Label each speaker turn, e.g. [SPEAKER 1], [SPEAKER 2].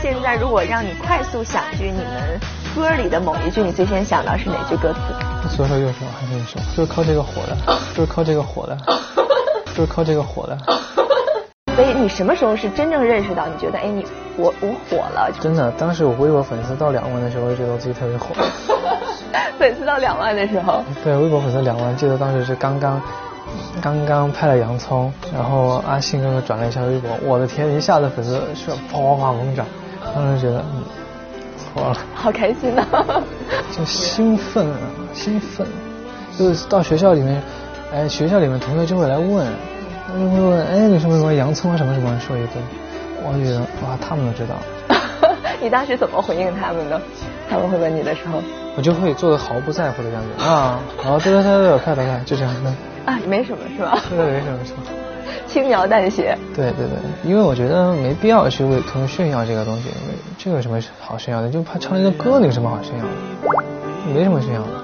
[SPEAKER 1] 现在如果让你快速想句你们歌里的某一句，你最先想到是哪句歌词？
[SPEAKER 2] 左手右手还是右手？就是靠这个火的，就是靠这个火的，就是靠这个火的。
[SPEAKER 1] 所以你什么时候是真正认识到你觉得哎你我我火了？
[SPEAKER 2] 真的，当时我微博粉丝到两万的时候，觉得我自己特别火。
[SPEAKER 1] 粉丝到两万的时候，
[SPEAKER 2] 对，微博粉丝两万，记得当时是刚刚刚刚拍了洋葱，然后阿信哥哥转了一下微博，我的天，一下子粉丝是哗哗哗猛涨，当时觉得嗯火了，
[SPEAKER 1] 好开心啊呐、
[SPEAKER 2] 就兴奋啊，兴奋，就是到学校里面，哎，学校里面同学就会来问，他就会问，哎，你什么什么洋葱啊什么什么，说一堆，我就觉得哇，他们都知道，
[SPEAKER 1] 你当时怎么回应他们的？他们会问你的时候
[SPEAKER 2] 我就会做的毫不在乎的样子啊，然后对对对对，快点快点，就这样嗯的，
[SPEAKER 1] 啊，没什么是吧？
[SPEAKER 2] 对对没什么没什么。
[SPEAKER 1] 轻描淡写。
[SPEAKER 2] 对对对，因为我觉得没必要去为朋友炫耀这个东西，没这有什么好炫耀的？就怕唱一个歌，有什么好炫耀的？没什么炫耀的。